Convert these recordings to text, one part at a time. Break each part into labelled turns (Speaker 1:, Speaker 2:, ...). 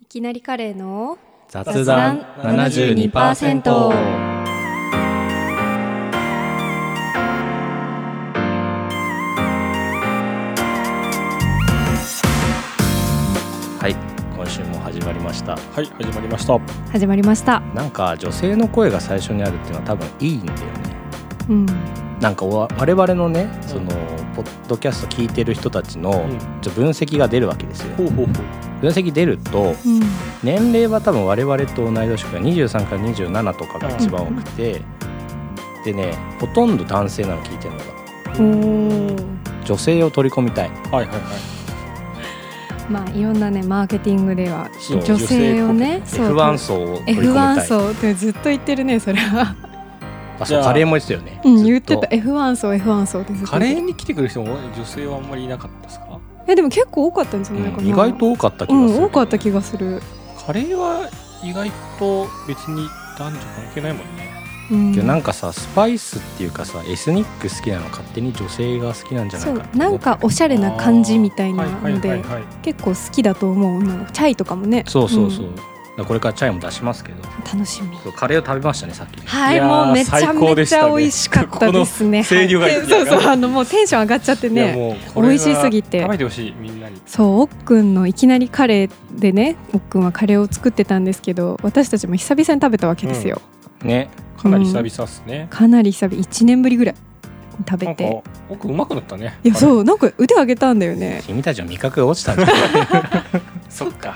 Speaker 1: いきなりカレーの
Speaker 2: 雑談72%はい今週も始まりました
Speaker 3: はい始まりました
Speaker 1: 始まりました。
Speaker 2: なんか女性の声が最初にあるっていうのは多分いいんだよね
Speaker 1: うん。
Speaker 2: なんかわ我々のねその、ポッドキャスト聞いてる人たちの、
Speaker 3: うん
Speaker 2: ちょ分析が出るわけですよ
Speaker 3: ほうほうほう
Speaker 2: 分析出ると
Speaker 1: うん。
Speaker 2: 年齢は多分我々と同い年くらい23から27とかが一番多くて、でねほとんど男性なの聞いてるのが
Speaker 1: おお。
Speaker 2: 女性を取り込みたい
Speaker 3: はいはいはい
Speaker 1: まあいろんなねマーケティングでは
Speaker 2: そう
Speaker 1: 女性をね、
Speaker 2: F1 層を取り込みた
Speaker 1: F1
Speaker 2: い
Speaker 1: 層ってずっと言ってるねそれは。
Speaker 2: あそうカレーも言ってたよね、
Speaker 1: うん
Speaker 2: ずと
Speaker 1: 言ってた F1 層 F1 層ってずっと
Speaker 3: カレ
Speaker 1: 言って
Speaker 3: ーに来てくる人も女性はあんまりいなかったですか
Speaker 1: た。えでも結構多かったんじゃないか
Speaker 2: う
Speaker 1: な。
Speaker 2: ん意外。と多かった気
Speaker 1: う
Speaker 2: がする、
Speaker 1: ん多かった気がする。
Speaker 3: カレーは意外と別に男女関係ないもんね
Speaker 1: うん。
Speaker 2: けどなんかさスパイスっていうかさエスニック好きなの勝手に女性が好きなんじゃな
Speaker 1: そ
Speaker 2: いうかって
Speaker 1: なんかおしゃれな感じみたいな
Speaker 3: あーはい
Speaker 1: の
Speaker 3: はい
Speaker 1: で
Speaker 3: はいはい
Speaker 1: 結構好きだと思う女の子チャイとかもね
Speaker 2: そうそうそう、
Speaker 1: うん
Speaker 2: だからこれからチャイも出しますけど
Speaker 1: 楽しみ
Speaker 2: そうカレーを食べましたねさっきね
Speaker 1: はい
Speaker 3: いやー
Speaker 1: もうめちゃ
Speaker 3: 最高
Speaker 1: め
Speaker 3: で
Speaker 1: ち
Speaker 3: した
Speaker 1: ゃ
Speaker 3: ね
Speaker 1: 美味しかったですね
Speaker 3: この声量が
Speaker 1: はい
Speaker 3: い
Speaker 1: そうそうあのもうテンション上がっちゃって
Speaker 3: いや
Speaker 1: ね
Speaker 3: もうこれは
Speaker 1: 美味しすぎて
Speaker 3: 食べてほしいみんなに
Speaker 1: そうおっくんのいきなりカレーでねおっくんはカレーを作ってたんですけど私たちも久々に食べたわけですよ、
Speaker 2: ね
Speaker 3: かなり久々っすね、
Speaker 1: かなり久々1年ぶりぐらいに食
Speaker 3: な
Speaker 1: べ
Speaker 3: んか
Speaker 1: て
Speaker 3: 奥うまくなったね
Speaker 1: いや
Speaker 3: カレー
Speaker 1: そうなんか腕上げたんだよね
Speaker 2: 君たちの味覚が落ち たんじゃない
Speaker 3: そっか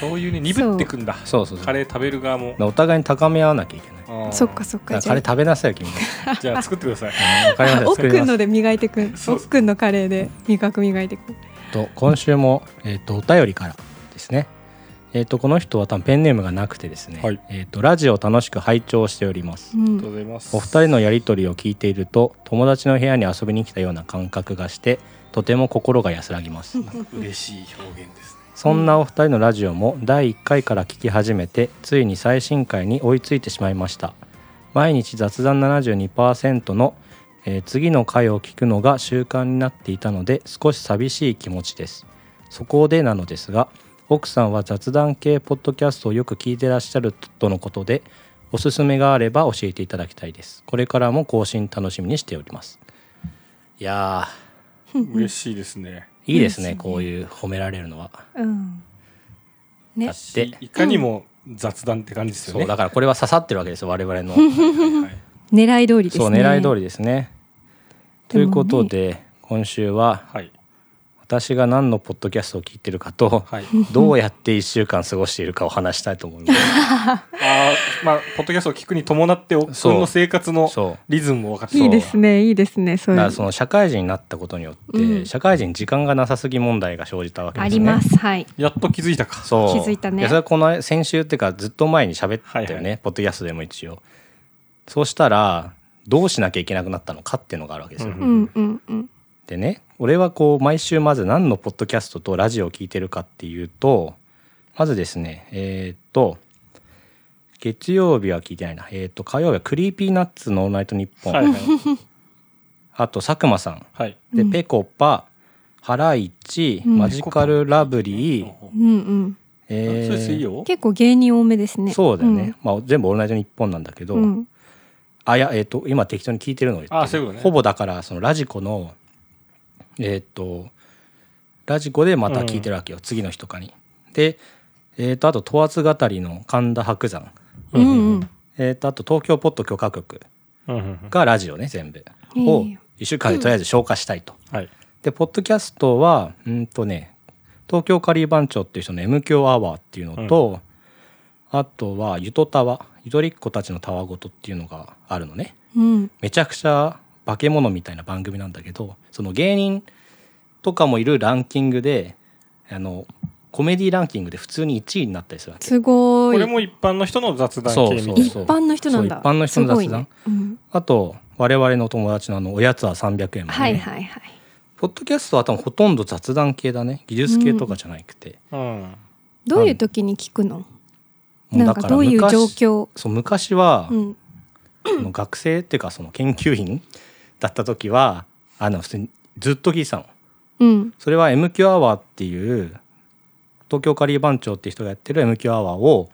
Speaker 3: そういうね鈍ってくんだ
Speaker 2: そうそうそ
Speaker 3: カ
Speaker 2: う
Speaker 3: レー食べる側も
Speaker 2: お互いに高め合わなきゃいけない
Speaker 3: あー
Speaker 1: そっかそっ
Speaker 2: だ
Speaker 1: か
Speaker 2: からカレー食べなさいよ君たち
Speaker 3: じゃあじゃあ作ってください
Speaker 2: わかりました
Speaker 1: おっ
Speaker 2: 作
Speaker 1: くん
Speaker 2: りま
Speaker 1: の
Speaker 2: す
Speaker 1: で磨いてくん
Speaker 3: そ
Speaker 1: お
Speaker 3: う
Speaker 1: っくんのカレーで味覚磨いてくん
Speaker 2: と今週も、えー、とお便りからですねえっ、とこの人は多分ペンネームがなくてですね、
Speaker 3: はい
Speaker 2: えっ、とラジオを楽しく拝聴しております
Speaker 1: う
Speaker 3: ありがとうんございます
Speaker 2: お二人のやり取りを聞いていると友達の部屋に遊びに来たような感覚がしてとても心が安らぎます
Speaker 3: 嬉しい表現ですね
Speaker 2: そんなお二人のラジオも第1回から聞き始めてついに最新回に追いついてしまいました毎日雑談72%の、えー次の回を聞くのが習慣になっていたので少し寂しい気持ちですそこでなのですが奥さんは雑談系ポッドキャストをよく聞いてらっしゃるとのことでおすすめがあれば教えていただきたいですこれからも更新楽しみにしておりますいや
Speaker 3: 嬉しいですね
Speaker 2: ーいいですねこういう褒められるのは
Speaker 1: うんね
Speaker 2: だって
Speaker 3: いかにも雑談って感じですよ
Speaker 2: そ
Speaker 3: ね。
Speaker 2: うだからこれは刺さってるわけですよ我々の
Speaker 3: はい
Speaker 1: 狙い通りですね
Speaker 2: そう狙い通りですね。と
Speaker 1: でもね
Speaker 2: いうことで今週は
Speaker 3: はい
Speaker 2: 私が何のポッドキャストを聞いてるかと、
Speaker 3: はい。
Speaker 2: どうやって1週間過ごしているかを話したいと思 います。
Speaker 3: あーまあポッドキャストを聞くに伴ってお
Speaker 2: そう
Speaker 3: 君の生活の
Speaker 2: そう
Speaker 3: リズムも分かって
Speaker 1: いいですねいいですねそう
Speaker 2: だ
Speaker 1: い
Speaker 2: か
Speaker 1: う
Speaker 2: らその社会人になったことによって、
Speaker 1: うん
Speaker 2: 社会人時間がなさすぎ問題が生じたわけですね。
Speaker 1: ありますはい
Speaker 3: やっと気づいたか。
Speaker 2: そう
Speaker 1: 気づいたね
Speaker 2: やそれはこの先週っていうかずっと前に喋ったよね、
Speaker 3: はいは
Speaker 2: ポッドキャストでも一応。そうしたらどうしなきゃいけなくなったのかっていうのがあるわけですよ。
Speaker 3: うん
Speaker 1: うんうんうん
Speaker 2: でね俺はこう毎週まず何のポッドキャストとラジオを聞いてるかっていうとまずですねえーっと月曜日は聞いてないなえーっと火曜日はクリーピーナッツのオールナイトニッポン、
Speaker 3: はいはい
Speaker 2: あと佐久間さん
Speaker 3: はい。
Speaker 2: で、
Speaker 1: うん
Speaker 2: ぺこぱハライチ
Speaker 1: うん
Speaker 2: マジカルラブリー、
Speaker 3: そ
Speaker 1: うんうん
Speaker 2: えー
Speaker 3: れ水曜？
Speaker 1: 結構芸人多めですね
Speaker 2: そうだよね、まあ全部オールナイトニッポンなんだけど、
Speaker 1: うんうん
Speaker 2: あいやえーっと今適当に聞いてるのを言ってる
Speaker 3: あそういうことね
Speaker 2: ほぼだからそのラジコのえーっとラジコでまた聞いてるわけよ、次の日とかに。で、えーっとあと「問わず語り」の神田伯山、
Speaker 1: うんう
Speaker 3: うん
Speaker 1: ん
Speaker 2: えーっとあと東京ポッド許可局
Speaker 3: うんうん
Speaker 2: がラジオね全部
Speaker 1: ええ
Speaker 2: を1週間でとりあえず消化したいと。
Speaker 3: はい。
Speaker 2: でポッドキャストはうんとね東京カリー番長っていう人の「M 強アワー」っていうのと、あとは「ゆとたわ」「ゆとりっ子たちのたわごと」っていうのがあるのね。
Speaker 1: うん
Speaker 2: めちゃくちゃ化け物みたいな番組なんだけどその芸人とかもいるランキングであのコメディランキングで普通に1位になったりするわけ
Speaker 1: す
Speaker 3: こ
Speaker 1: ごい
Speaker 3: れも一般の人の雑談系みたい
Speaker 2: そう
Speaker 3: な。
Speaker 2: そう
Speaker 1: 一般の人なんだ
Speaker 2: そう一般の人の雑談
Speaker 1: すごいねうん
Speaker 2: あと我々の友達のあのおやつは300円まで、
Speaker 1: はいはいはい
Speaker 2: ポッドキャストは多分ほとんど雑談系だね技術系とかじゃなくて、
Speaker 3: うん。
Speaker 1: どういう時に聞くの
Speaker 2: も
Speaker 1: な
Speaker 2: だ
Speaker 1: ん
Speaker 2: か
Speaker 1: からどういう状
Speaker 2: 昔
Speaker 1: 況
Speaker 2: そう昔は、
Speaker 1: うん
Speaker 2: その学生っていうかその研究員だった時はあの普通にずっと聞いてたの
Speaker 1: うん
Speaker 2: それは MQ アワーっていう東京カリー番長っていう人がやってる MQ アワーを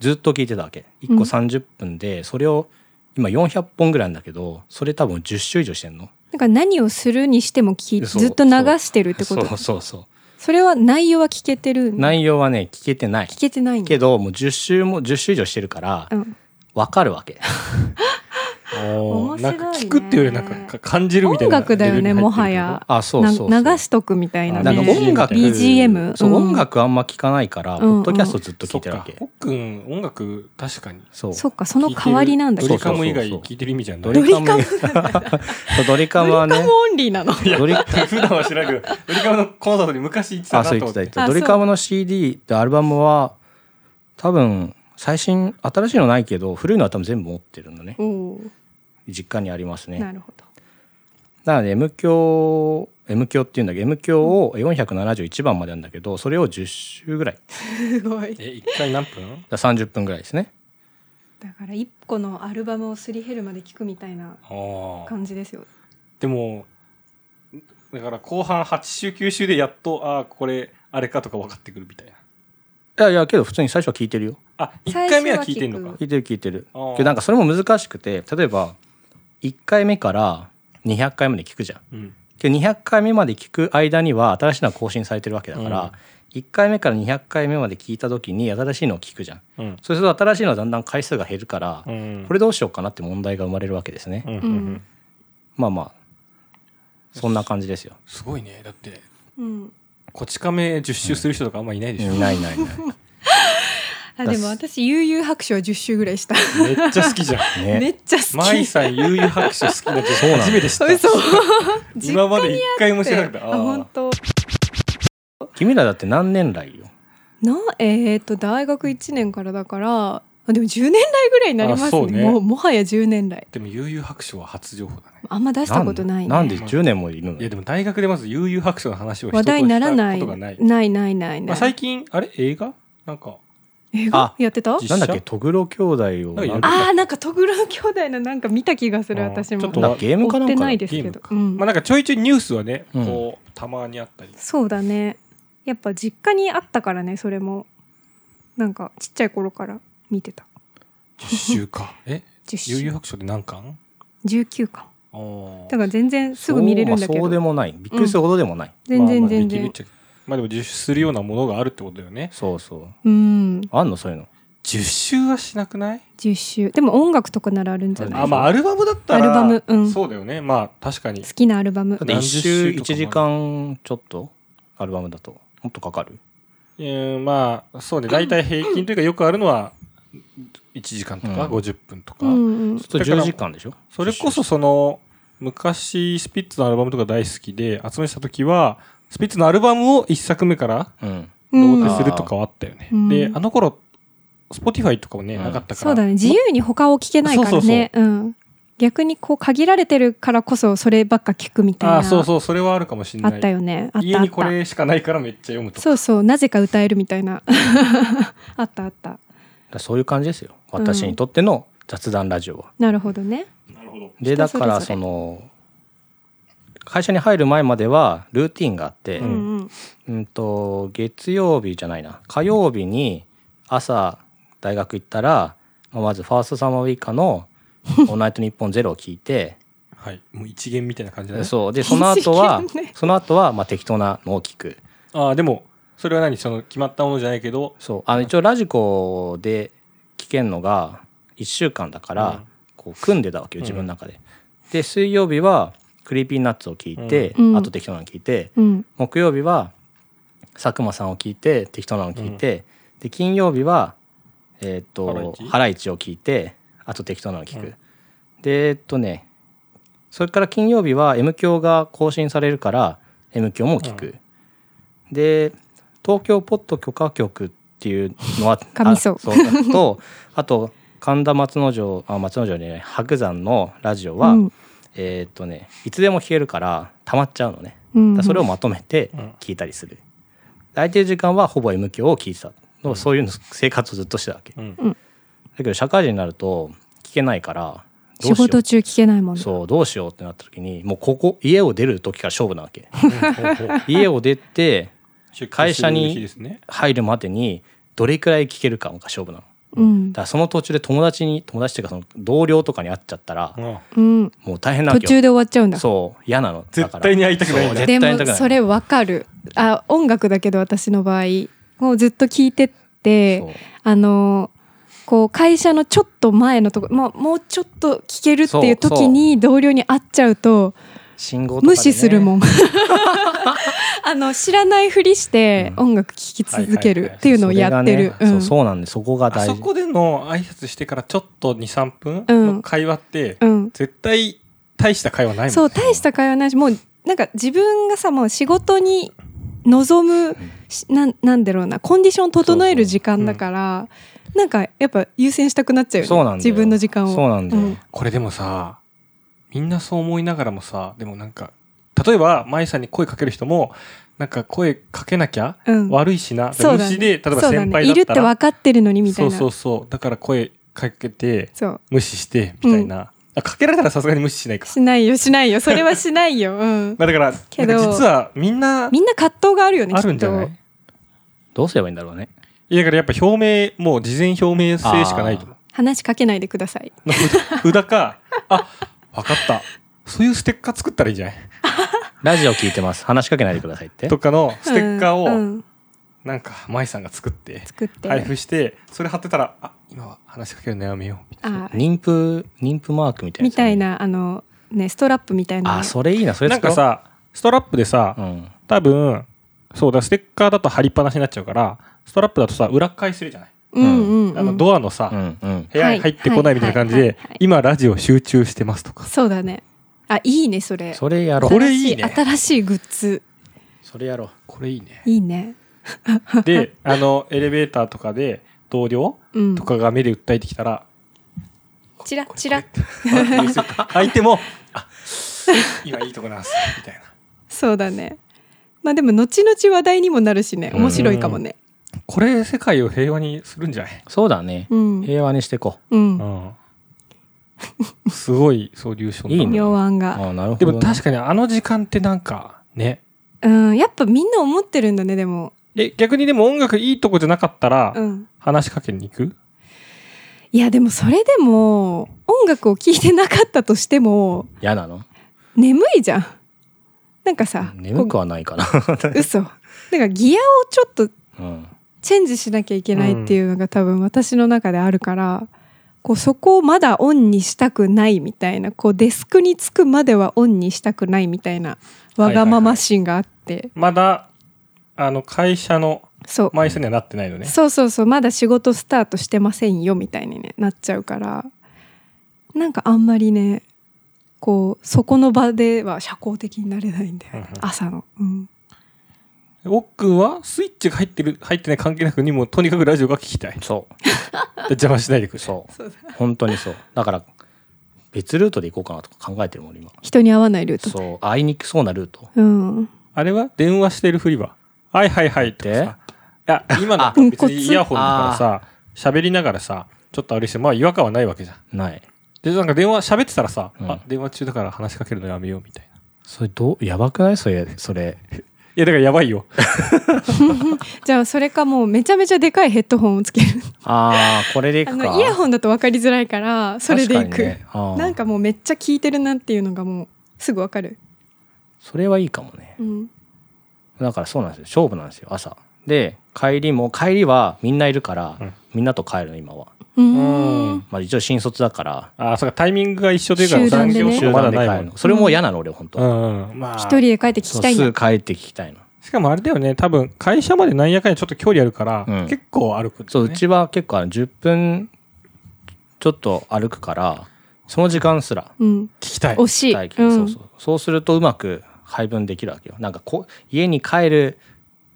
Speaker 2: ずっと聞いてたわけ1個30分で、それを今400本ぐらいなんだけどそれ多分10週以上してんの
Speaker 1: なんか何をするにしても聞い
Speaker 2: そう
Speaker 1: ずっと流してるってこ
Speaker 2: そ
Speaker 1: と
Speaker 2: うそうそ
Speaker 1: それは内容は聞けてる
Speaker 2: う
Speaker 1: の
Speaker 2: 内容はね聞けてない
Speaker 1: 聞けてないんだ
Speaker 2: けどもう10週も10週以上してるから
Speaker 1: うん、
Speaker 2: 分かるわ け
Speaker 1: 面白いね
Speaker 3: なんか聞くっていうよりなんか感じるみたい
Speaker 1: 音
Speaker 3: な
Speaker 1: 楽だよ
Speaker 3: レベ
Speaker 1: ね
Speaker 3: ル
Speaker 1: も
Speaker 3: に入ってる
Speaker 1: はや
Speaker 2: あそうそうそう
Speaker 1: な流しとくみたいな
Speaker 3: あ
Speaker 2: な
Speaker 1: ね
Speaker 2: んか音楽
Speaker 1: BGM
Speaker 2: そう、
Speaker 1: うん
Speaker 2: 音楽あんま聞かないから、
Speaker 1: うんうん
Speaker 2: ポッドキャストずっと聞
Speaker 3: そ
Speaker 2: い
Speaker 3: って
Speaker 2: るわ
Speaker 3: か
Speaker 2: け
Speaker 3: ほっくん音楽確かに
Speaker 2: そう
Speaker 1: そっかその代わりなんだけ
Speaker 3: ド
Speaker 1: ど
Speaker 3: リカム以外
Speaker 2: そうそうそうそう
Speaker 3: 聞いてる意味じゃな
Speaker 2: ド
Speaker 3: い
Speaker 2: リカ
Speaker 1: ドリ
Speaker 2: ム
Speaker 1: カム
Speaker 2: そうドリカムはね
Speaker 1: オンリーなの
Speaker 2: ドリ
Speaker 3: 普段は知らんけどドリカムのコンサートに昔行ってた
Speaker 2: あ
Speaker 3: なと
Speaker 2: そう
Speaker 3: 思
Speaker 2: 言ってた言って
Speaker 1: あ
Speaker 2: た
Speaker 1: そ
Speaker 2: ド
Speaker 1: う
Speaker 2: リカムの CD とアルバムは多分最新新しいのないけど古いのは多分全部持ってるんだね
Speaker 1: おー
Speaker 2: 実家にありますね
Speaker 1: なるほど
Speaker 2: なので M 響 M 響っていうんだけど M 響を471番までなんだけどそれを10周ぐらい
Speaker 1: すごい
Speaker 3: え一回何分
Speaker 2: だから30分ぐらいですね
Speaker 1: だから一個のアルバムをすり減るまで聞くみたいな
Speaker 3: ああ
Speaker 1: 感じですよ
Speaker 3: でもだから後半8週9週でやっとああこれあれかとか分かってくるみたいない
Speaker 2: やいやけど普通に最初は聞いてるよ
Speaker 3: あ一
Speaker 1: 最初は
Speaker 3: 1回目は聞いてんのか
Speaker 2: 聞いてる聞いてる
Speaker 3: あー
Speaker 2: けどなんかそれも難しくて例えば1回目から200回まで聞くじゃん
Speaker 3: うん
Speaker 2: けど200回目まで聞く間には新しいのは更新されてるわけだから、
Speaker 3: うん
Speaker 2: 1回目から200回目まで聞いた時に新しいのを聞くじゃん
Speaker 3: うん
Speaker 2: そうすると新しいのはだんだん回数が減るから、
Speaker 3: うん
Speaker 2: これどうしようかなって問題が生まれるわけですね、
Speaker 3: うんうんう
Speaker 1: うんん
Speaker 2: まあまあそんな感じですよ
Speaker 3: すごいねだって
Speaker 1: うん
Speaker 3: こち亀10周する人とかあんまいないでしょ、
Speaker 2: いないいないいない
Speaker 1: あでも私悠々白書は10周ぐらいした
Speaker 3: めっちゃ好きじゃん
Speaker 2: ね
Speaker 1: めっちゃ 好
Speaker 3: マイ
Speaker 1: き
Speaker 3: さん悠々白書好きな女
Speaker 2: そうな
Speaker 3: 性
Speaker 2: んだ
Speaker 3: 初めて知った
Speaker 1: 嘘
Speaker 3: 今まで一回も知らなかった
Speaker 1: あ本当
Speaker 2: 君らだって何年来よ
Speaker 1: なえー、と大学1年からだからあでも10年来ぐらいになります
Speaker 3: あそ
Speaker 1: ね
Speaker 3: うね
Speaker 1: もうもはや10年来
Speaker 3: でも悠々白書は初情報だね
Speaker 1: あんま出したことない,、ね、
Speaker 2: なんで10年もいるの
Speaker 3: いやでも大学でまず悠々白書の話を一
Speaker 1: 話
Speaker 3: 言
Speaker 1: 題にならない
Speaker 3: したことがない、
Speaker 1: ないないない
Speaker 3: ま
Speaker 1: な
Speaker 3: あ、
Speaker 1: い、
Speaker 3: 最近あれ映画なんか
Speaker 1: 映画
Speaker 2: あ
Speaker 1: やってた
Speaker 3: 実
Speaker 2: なんだっけトグロ兄弟を
Speaker 3: なんかやる
Speaker 1: あーなんかトグロ兄弟のなんか見た気がする
Speaker 3: うん
Speaker 1: 私も
Speaker 3: ちょっと
Speaker 2: なんかゲームか
Speaker 1: 追っ
Speaker 2: なん
Speaker 1: て
Speaker 2: か
Speaker 1: ない
Speaker 2: の
Speaker 1: ですけ
Speaker 3: ゲーム
Speaker 1: ど
Speaker 3: か、
Speaker 1: うん
Speaker 3: まあなんかちょいちょいニュースはね、
Speaker 2: うん
Speaker 3: こうたまにあったり
Speaker 1: そうだねやっぱ実家にあったからねそれもなんかちっちゃい頃から見てた
Speaker 3: 10週かえ
Speaker 1: 10
Speaker 3: 悠
Speaker 1: 週
Speaker 3: 々白書で何巻
Speaker 1: 19巻
Speaker 3: あー
Speaker 1: だから全然すぐ見れるんだけ
Speaker 2: そうまあそ
Speaker 1: ど、
Speaker 2: うでもないびっくりするほどでもない、
Speaker 1: 全
Speaker 3: まあま
Speaker 1: 然
Speaker 3: あで
Speaker 1: 全
Speaker 3: き
Speaker 1: 然、
Speaker 3: るっちゃまあでも10周するようなものがあるってことだよね
Speaker 2: そうそ
Speaker 1: う
Speaker 2: う
Speaker 1: ん
Speaker 2: あんのそういうの
Speaker 3: 10周はしなくない
Speaker 1: 10周でも音楽とかならあるんじゃない
Speaker 3: あまあアルバムだったら
Speaker 1: アルバムうん
Speaker 3: そうだよねまあ確かに
Speaker 1: 好きなアルバム
Speaker 2: だって1
Speaker 3: 何十
Speaker 2: 週
Speaker 3: 週とかもある
Speaker 2: 1時間ちょっとアルバムだともっとかかる
Speaker 3: えーまあそうね大体平均というかよくあるのは1時間とか
Speaker 2: うん
Speaker 3: 50分とか、
Speaker 1: うんうん
Speaker 2: そうすると10時間でしょ
Speaker 3: それこそその昔スピッツのアルバムとか大好きで集めてた時はスピッツのアルバムを1作目から
Speaker 2: うん
Speaker 1: う
Speaker 3: ロ
Speaker 1: ん
Speaker 3: ーテするとかはあったよね、
Speaker 1: うん
Speaker 3: であの頃 Spotify とかもね、
Speaker 2: うん
Speaker 3: なかったから
Speaker 1: そうだね自由に他を聞けないからねうん逆にこう限られてるからこそそればっか聞くみたいな
Speaker 3: ああそうそうそれはあるかもしれ
Speaker 1: あ
Speaker 3: ない
Speaker 1: ったよねあった
Speaker 3: 家
Speaker 1: あっ
Speaker 3: にこ
Speaker 1: た
Speaker 3: れしかないからめっちゃ読むとか
Speaker 1: そうそうなぜか歌えるみたいな あったあった
Speaker 2: だからそういう感じですよ私にとっての雑談ラジオは、
Speaker 1: なるほどね
Speaker 3: なるほど
Speaker 2: でだから
Speaker 1: 人そ
Speaker 2: そ
Speaker 1: れぞれ
Speaker 2: の会社に入る前まではルーティンがあって、
Speaker 1: う
Speaker 2: うん
Speaker 1: んうん
Speaker 2: と月曜日じゃないな火曜日に朝大学行ったらまあまずファーストサマーウイカの「オールナイトニッポンゼロを聞い て
Speaker 3: はいもう一元みたいな感じだね
Speaker 2: そうでその後 は、
Speaker 1: 一元ね
Speaker 2: その後はまあ適当なのを聞く
Speaker 3: ああでもそれは何その決まったものじゃないけど
Speaker 2: そうあの一応ラジコで聞けんのが1週間だから、
Speaker 3: うん
Speaker 2: こう組んでたわけよ自分の中で。で水曜日はクリーピーナッツを聞いて、
Speaker 1: うん
Speaker 2: あと適当なの聞いて
Speaker 1: うん
Speaker 2: 木曜日は佐久間さんを聞いて適当なの聞いて、で金曜日はえーっ
Speaker 3: ハライ
Speaker 2: と
Speaker 3: チ
Speaker 2: ハライチを聞いてあと適当なの聞く。
Speaker 3: うん
Speaker 2: でえっとねそれから金曜日は M 響が更新されるから M 響も聞く。で東京ポッド許可局っていうの は
Speaker 1: 噛みそう
Speaker 2: あそうとあと神田松之丞あ松之丞にね白山のラジオは、
Speaker 1: うん
Speaker 2: えーっとねいつでも聞けるから溜まっちゃうのね。
Speaker 1: うん
Speaker 2: だからそれをまとめて
Speaker 3: うん
Speaker 2: 聞いたりする、空いてる時間はほぼ M 響を聞いてたの、そういうの生活をずっとしてたわけだ
Speaker 3: うん
Speaker 2: けど社会人になると聞けないからど
Speaker 1: 仕
Speaker 2: うしよ
Speaker 1: 事
Speaker 2: う
Speaker 1: 中聞けないもんね
Speaker 2: そうどうしよ うってなった時にもうここ家を出る時から勝負なわけ
Speaker 3: うんほうほう
Speaker 2: 家を出て
Speaker 3: 出
Speaker 2: 会社に
Speaker 3: 勤す る日ですね
Speaker 2: 入るまでにどれくらい聞けるかが勝負なの。
Speaker 1: うん
Speaker 2: だからその途中で友達に友達っていうかその同僚とかに会っちゃったら、
Speaker 3: うん
Speaker 1: うん、
Speaker 2: もう大変なわ
Speaker 1: 途
Speaker 2: けよ
Speaker 1: 中で終わっちゃうんだ
Speaker 2: そう嫌なのだか
Speaker 3: 絶
Speaker 2: ら
Speaker 3: 対に会いたくないん
Speaker 2: そう
Speaker 3: だ
Speaker 1: で
Speaker 2: 絶対に
Speaker 1: も
Speaker 2: 高い
Speaker 1: それわかるあ音楽だけど私の場合もうずっと聞いてって
Speaker 2: そう
Speaker 1: あのこう会社のちょっと前のとこもうもうちょっと聞けるっていう
Speaker 2: そうそう
Speaker 1: 時に同僚に会っちゃうと
Speaker 2: 信号とかでね、
Speaker 1: 無視するも
Speaker 2: ん
Speaker 1: ん あの知らないふりして
Speaker 2: うん
Speaker 1: 音楽聴き続け
Speaker 3: はいはい
Speaker 1: る
Speaker 3: はい
Speaker 1: っていうのをやってる
Speaker 2: そう
Speaker 1: うん
Speaker 2: そうなんでそこが
Speaker 3: あ
Speaker 2: 大
Speaker 3: そ
Speaker 2: 事
Speaker 3: こでの挨拶してからちょっと23分
Speaker 1: うん
Speaker 3: の会話って
Speaker 1: うん
Speaker 3: 絶対大した会話ないもんね
Speaker 1: そう大した会話ないしもうなんか自分がさもう仕事に望むしなんなんだろうなコンディション整える時間だからなんかやっぱ優先したくなっちゃうよね
Speaker 2: そうなんだよ
Speaker 1: 自分の時間を
Speaker 2: そうなんだよ、
Speaker 1: うん
Speaker 3: これでもさみんなそう思いながらもさでもなんか例えば舞さんに声かける人もなんか声かけなきゃ
Speaker 1: うん
Speaker 3: 悪いしな、で
Speaker 1: そうだね
Speaker 3: 無視で例えば
Speaker 1: そうだ
Speaker 3: 先
Speaker 1: ね
Speaker 3: 輩だ
Speaker 1: いる
Speaker 3: っ
Speaker 1: ったて
Speaker 3: ら
Speaker 1: 分かってるのにみたいな
Speaker 3: そうそうそうだから声かけて
Speaker 1: そう
Speaker 3: 無視してみたいな、あかけられたらさすがに無視しないか、
Speaker 1: しないよしないよそれはしないよ、うん、
Speaker 3: まあ、だからなんか
Speaker 1: けど
Speaker 3: 実はみんな
Speaker 1: みんな葛藤があるよね
Speaker 3: あるんじゃない
Speaker 1: きっ
Speaker 2: どうすればいいんだろうね
Speaker 3: いやだからやっぱ表明もう事前表明性しかないと思う
Speaker 1: と話しかけないでください
Speaker 3: の札札かあわかったそういうステッカー作ったらいいんじゃない
Speaker 2: ラジオ聞いてます話しかけないでくださいって
Speaker 3: とかのステッカ
Speaker 1: うん
Speaker 3: ーを
Speaker 1: うん
Speaker 3: なんか舞さんが作って
Speaker 1: 作って
Speaker 3: 配布してそれ貼ってたらあ今は話しかけるのやめようみたいな
Speaker 1: あ
Speaker 2: 妊婦妊婦マークみたいなや
Speaker 1: み
Speaker 2: つだね、
Speaker 1: たいなあのねストラップみたいな
Speaker 2: あそれいいなそれ
Speaker 3: なん
Speaker 2: 使お
Speaker 3: か
Speaker 2: う
Speaker 3: さストラップでさ、
Speaker 2: うん
Speaker 3: 多分そうだステッカーだと貼りっぱなしになっちゃうからストラップだとさ裏返するじゃない、
Speaker 1: うんうんうん
Speaker 3: あのドアのさ、
Speaker 2: うんうん
Speaker 3: 部屋に入ってこないみたいな感じで、
Speaker 1: はいはいはいはい
Speaker 3: 今ラジオ集中してますとか
Speaker 1: そうだねあいいねそれ
Speaker 2: それやろう
Speaker 3: これいいね
Speaker 1: 新し新しいグッズ
Speaker 2: それやろう
Speaker 3: これいいね
Speaker 1: いいね
Speaker 3: で あのエレベーターとかで同僚
Speaker 1: うん
Speaker 3: とかが目で訴えてきたら、
Speaker 1: チラチラ
Speaker 3: 相手も「あ今いいとこなんす」みたいな
Speaker 1: そうだねまあでも後々話題にもなるしね面白いかもね
Speaker 3: これ世界を平和にするんじゃない、
Speaker 2: そうだね、
Speaker 1: うん
Speaker 2: 平和にしていこ
Speaker 1: うん
Speaker 3: すごいソリューションだ
Speaker 2: いいね
Speaker 1: 妙案
Speaker 2: う
Speaker 1: が
Speaker 2: あなるほ
Speaker 3: で
Speaker 2: どね、
Speaker 3: も確かにあの時間ってなんかね
Speaker 1: うんやっぱみんな思ってるんだねでも
Speaker 3: え逆にでも音楽いいとこじゃなかったら
Speaker 1: うん
Speaker 3: 話しかけに行く、
Speaker 1: いやでもそれでも音楽を聴いてなかったとしても
Speaker 2: 嫌なの
Speaker 1: 眠いじゃんなんかさ
Speaker 2: 眠く
Speaker 1: こ
Speaker 2: はない かな、
Speaker 1: う嘘なんかギアをちょっと
Speaker 2: うん、
Speaker 1: チェンジしなきゃいけないっていうのが多分私の中であるから、こうそこをまだオンにしたくないみたいなこうデスクに着くまではオンにしたくないみたいなわがまま心があって、
Speaker 3: まだあの会社の
Speaker 1: そう、
Speaker 3: 枚数にはなってないのね
Speaker 1: そうそうそうまだ仕事スタートしてませんよみたいに、ね、なっちゃうからなんかあんまりねこうそこの場では社交的になれないんだよね、
Speaker 3: うんうん
Speaker 1: 朝の、うん、
Speaker 3: おっくんはスイッチが入ってる入ってない関係なくにもうとにかくラジオが聞きたい
Speaker 2: そ
Speaker 3: 邪魔しないでく
Speaker 2: う
Speaker 3: れ
Speaker 2: そ う
Speaker 1: そうだ
Speaker 2: 本当にそうだから別ルートで行こうかなとか考えてるもん俺今
Speaker 1: 人に合わないルート
Speaker 2: そう会いにくそうなルート
Speaker 1: うん
Speaker 3: あれは電話してるふりははいはいはいとか
Speaker 2: で
Speaker 3: さいや今の
Speaker 2: あ
Speaker 3: 別にイヤホンだからさ喋りながらさちょっとあれしてまあ違和感はないわけじゃん
Speaker 2: ない
Speaker 3: でなんか電話喋ってたらさ、
Speaker 2: うん
Speaker 3: あ電話中だから話しかけるのやめようみたいない
Speaker 2: それどうやばくないそれそれ
Speaker 3: やだからやばいよ
Speaker 1: じゃあそれかもうめちゃめちゃでかいヘッドホンをつける
Speaker 2: ああこれでい
Speaker 1: あ
Speaker 2: くか
Speaker 1: のイヤホンだと分かりづらいからそれでい
Speaker 2: 確
Speaker 1: く、
Speaker 2: かにねあー
Speaker 1: なんかもうめっちゃ聞いてるなっていうのがもうすぐ分かる、
Speaker 2: それはいいかもね
Speaker 1: うん、
Speaker 2: だからそうなんですよ勝負なんですよ朝で帰りも帰りはみんないるから、
Speaker 3: うん
Speaker 2: みんなと帰るの今は、
Speaker 1: うー
Speaker 3: うんん
Speaker 2: まあ、一応新卒だから
Speaker 3: あーそうかタイミングが一緒というか
Speaker 1: 集団でね
Speaker 3: 残業
Speaker 2: 集
Speaker 3: 証まだ
Speaker 2: 団で
Speaker 3: ない
Speaker 2: 帰
Speaker 3: も
Speaker 2: る
Speaker 3: ん
Speaker 2: のそれも嫌なの俺本当、
Speaker 3: うんうんまあ
Speaker 1: 一人で帰って聞
Speaker 2: そ
Speaker 1: き
Speaker 2: う
Speaker 1: たいん
Speaker 2: す
Speaker 1: だ
Speaker 2: ぐ帰って聞きたいの
Speaker 3: しかもあれだよね多分会社までなんやかんやちょっと距離あるから、
Speaker 2: うん
Speaker 3: 結構歩くんだよね
Speaker 2: そううちは結構あの10分ちょっと歩くからその時間すら
Speaker 1: うん、
Speaker 3: 聞きたい
Speaker 1: 惜しい、
Speaker 2: 待機
Speaker 1: うん、
Speaker 2: そうそうそうするとうまく配分できるわけよなんかこ家に帰る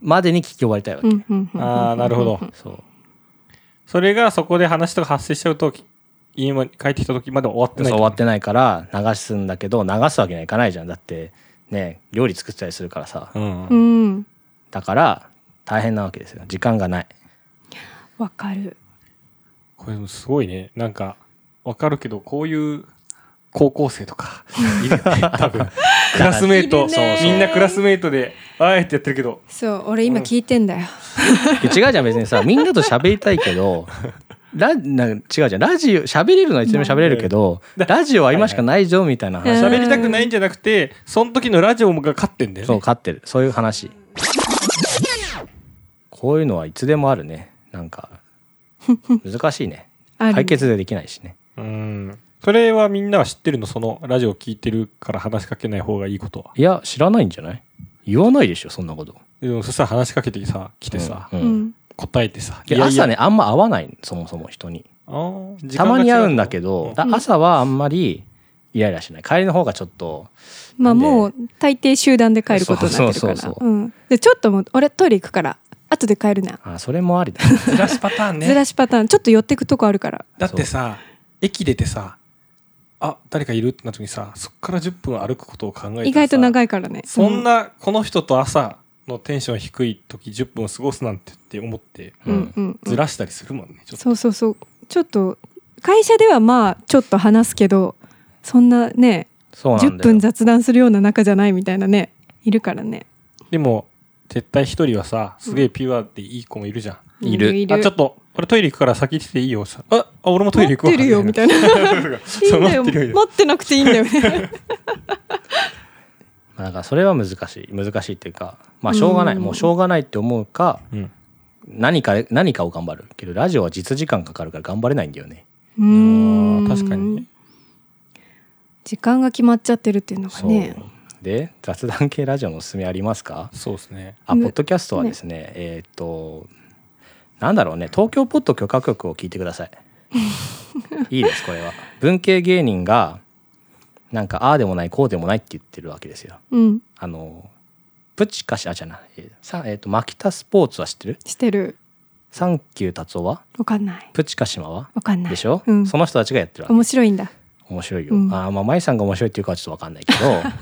Speaker 2: までに聞き終わりたいわけ、
Speaker 1: うんうんうん
Speaker 3: ああなるほど
Speaker 2: そう
Speaker 3: それがそこで話とか発生しちゃうと家まで帰ってきた時まで終わって
Speaker 2: そう
Speaker 3: ない
Speaker 2: 終わってないから流すんだけど流すわけにはいかないじゃんだってね料理作ってたりするからさ
Speaker 3: うん
Speaker 1: う、ん
Speaker 2: だから大変なわけですよ時間がない
Speaker 1: わかる
Speaker 3: これもすごいねなん かわかるけどこういう高校生とかいるよね多分クラスメイト、
Speaker 1: いるね
Speaker 3: みんなクラスメイトで、あえってやってるけど、
Speaker 1: そう俺今聞いてんだよ、
Speaker 2: 違うじゃん別 にさみんなと喋りたいけどラなんか違うじゃんラジオ喋れるのはいつでも喋れるけど、ラジオは今しかないぞみたいな話、
Speaker 1: うん
Speaker 3: 喋りたくないんじゃなくて、その時のラジオが勝ってんだよ
Speaker 2: そう
Speaker 3: ね。
Speaker 2: 勝ってるそういう話こういうのはいつでもあるねなんか難しい ね
Speaker 1: ある
Speaker 2: 解決でできないしね
Speaker 3: うん。それはみんなは知ってるの、そのラジオ聞いてるから話しかけない方がいいことは。
Speaker 2: いや知らないんじゃない言わないでしょそんなこと
Speaker 3: でもそしたら話しかけてさ、来てさ、
Speaker 2: うん
Speaker 1: う
Speaker 2: うん
Speaker 1: ん
Speaker 3: 答えてさ。
Speaker 2: で朝ねあんま会わないそもそも人に
Speaker 3: あー時
Speaker 2: た
Speaker 3: 間が
Speaker 2: ま
Speaker 3: 違う
Speaker 2: に会うんだけど、だ
Speaker 1: うん
Speaker 2: 朝はあんまりイライラしない帰りの方がちょっと
Speaker 1: まあ
Speaker 2: で
Speaker 1: もう大抵集団で帰ることになってる
Speaker 2: そ
Speaker 1: か
Speaker 2: うそうそう
Speaker 1: ら
Speaker 2: そう
Speaker 1: うんでちょっともう俺トイレ行くから後で帰るな、
Speaker 2: あそれもあ りだ
Speaker 3: ずらしパターン
Speaker 1: ず
Speaker 3: ね
Speaker 1: らしパターンちょっと寄ってくとこあるから
Speaker 3: だってさ駅出てさあ誰かいるってなった時にさそっから10分歩くことを考えて
Speaker 1: 意外と長
Speaker 3: い
Speaker 1: いからね
Speaker 3: そんなこの人と朝のテンション低い時10分を過ごすなんてって思って
Speaker 1: うんうんうんうん
Speaker 3: ずらしたりするもんねちょっと
Speaker 1: そうそうそうちょっと会社ではまあちょっと話すけどそんなね
Speaker 2: そうなんだよ
Speaker 1: 10分雑談するような仲じゃないみたいなねいるからね
Speaker 3: でも絶対一人はさすげえピュアでいい子もいるじゃん、
Speaker 2: いる
Speaker 1: い
Speaker 3: あちょ
Speaker 1: る
Speaker 3: っと俺トイレ行くから先来ていいよさああ俺もトイレ
Speaker 1: 待っ
Speaker 3: 行くわ
Speaker 1: てるよみたいないい
Speaker 3: そうん
Speaker 1: だよ
Speaker 3: 待ってるよ
Speaker 1: 待ってなくていいんだよ ね
Speaker 2: まあなんかそれは難しい難しいっていうかまあしょうがない
Speaker 1: うん
Speaker 2: もうしょうがないって思うか
Speaker 3: うん
Speaker 2: 何か何かを頑張るけどラジオは実時間かかるから頑張れないんだよね
Speaker 1: うーん
Speaker 3: 確かにね
Speaker 1: 時間が決まっちゃってるっていうのが
Speaker 2: そう
Speaker 1: ね
Speaker 2: で雑談系ラジオのおすすめありますか
Speaker 3: そうですね
Speaker 2: あ
Speaker 1: む
Speaker 2: ポッドキャストはですねえーっとなんだろうね東京ポッド許可局を聞いてく ださいいいですこれは文系芸人がなんかああでもないこうでもないって言ってるわけですよ
Speaker 1: うん
Speaker 2: あのプチカシあじゃないえーさえーっとマキタスポーツは知ってる
Speaker 1: してる
Speaker 2: サンキュー達夫は
Speaker 1: わかんない
Speaker 2: プチカ島は
Speaker 1: わかんない
Speaker 2: でしょ、
Speaker 1: うん
Speaker 2: その人たちがやってるわけ
Speaker 1: 面白いんだ
Speaker 2: 面白いよ、
Speaker 1: うん
Speaker 2: ああまあ舞さんが面白いっていうかはちょっと分かんないけど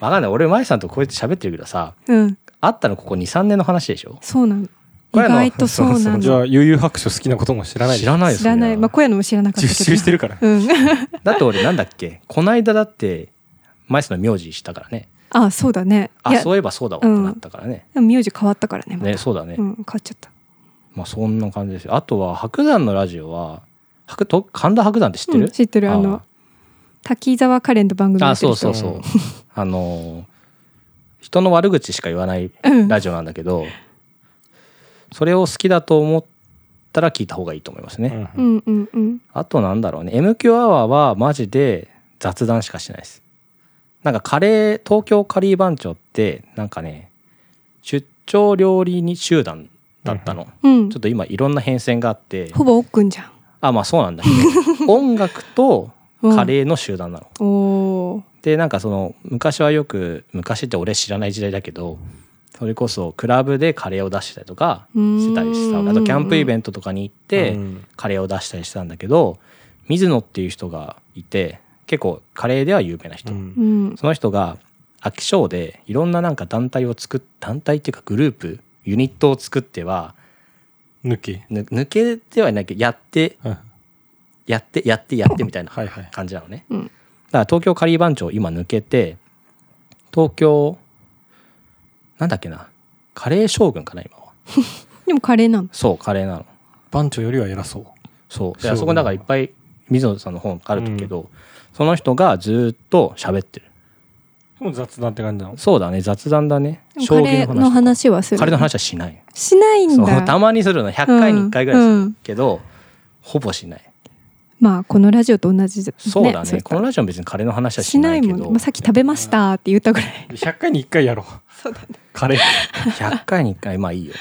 Speaker 2: 分かんない俺舞さんとこうやって喋ってるけどさ
Speaker 1: うん
Speaker 2: 会ったのここ23年の話でしょ
Speaker 1: そうなの意
Speaker 2: これは
Speaker 1: 外とそうな
Speaker 3: じゃ
Speaker 1: の
Speaker 3: あ悠々白書好きなことも知らない
Speaker 2: 知らないです
Speaker 1: 知らないまあ小屋のも知らなかった
Speaker 3: 実習し
Speaker 1: け
Speaker 3: てるから
Speaker 1: どうん
Speaker 2: それはだって俺なんだっけこないだだって舞さんの名字したからね
Speaker 1: あそうだねい
Speaker 2: あ
Speaker 1: や
Speaker 2: そういえばそうだわってなったからね、
Speaker 1: でも名字変わったからねまた
Speaker 2: ねそうだね、
Speaker 1: うん変わっちゃった
Speaker 2: まあそんな感じですよあとは白山のラジオは白と神田白山って知ってる、
Speaker 1: うん知ってるあの滝沢カレンの番組や
Speaker 2: あ
Speaker 1: って
Speaker 2: そ
Speaker 1: る
Speaker 2: う
Speaker 1: 人
Speaker 2: そうそうあのー人の悪口しか言わない
Speaker 1: うん
Speaker 2: ラジオなんだけど、それを好きだと思ったら聞いた方がいいと思いますね、
Speaker 3: うん
Speaker 1: うんうんうん
Speaker 2: あとなんだろうね MQ アワーはマジで雑談しかしないですなんかカレー東京カリー番長ってなんかね出張料理に集団だったの、
Speaker 1: うん
Speaker 2: ちょっと今いろんな変遷があって
Speaker 1: ほぼおっくんじゃん
Speaker 2: あまあそうなんだけ ど音楽と
Speaker 1: うん
Speaker 2: カレーの集団なの、
Speaker 1: おー
Speaker 2: でなんかその昔はよく昔って俺知らない時代だけどそれこそクラブでカレーを出したりとかしてたりし
Speaker 1: うーん
Speaker 2: たあとキャンプイベントとかに行って
Speaker 3: うん
Speaker 2: カレーを出したりしてたんだけど水野っていう人がいて結構カレーでは有名な人、
Speaker 3: うん
Speaker 1: うん
Speaker 2: その人が飽き性でいろんななんか団体を作っ団体っていうかグループユニットを作っては
Speaker 3: 抜き。
Speaker 2: ぬ抜けてはいないけどやって
Speaker 3: はい
Speaker 2: やってやってやってみたいな
Speaker 3: はいはい。
Speaker 2: 感じなのね、
Speaker 1: うん
Speaker 2: だから東京カリー番長今抜けて東京なんだっけなカレー将軍かな今は
Speaker 1: でもカレーなの
Speaker 2: そうカレーなの
Speaker 3: 番長よりは偉そう。
Speaker 2: そう
Speaker 3: そう
Speaker 2: であそこだからいっぱい水野さんの本あるけど、その人がずーっと喋ってる
Speaker 3: でも雑談って感じなの。
Speaker 2: そうだね雑談だね
Speaker 1: でもカレーの話はする
Speaker 2: カレーの話はしない
Speaker 1: しないん
Speaker 2: そう た
Speaker 1: だ
Speaker 2: まにするの100回に1回ぐらい
Speaker 1: うんう
Speaker 2: す
Speaker 1: ん
Speaker 2: るけど、ほぼしない
Speaker 1: まあこのラジオと同じだね
Speaker 2: そうだね
Speaker 1: れ
Speaker 2: このラジオも別にカレーの話はし
Speaker 1: し
Speaker 2: な
Speaker 1: ないい
Speaker 2: け
Speaker 1: もん
Speaker 2: ど
Speaker 1: ねまあさっき食べましたって言ったぐらい
Speaker 3: 100回に1回やろう。
Speaker 1: そうだね
Speaker 3: カレー。
Speaker 2: 100回に1回まあいいよ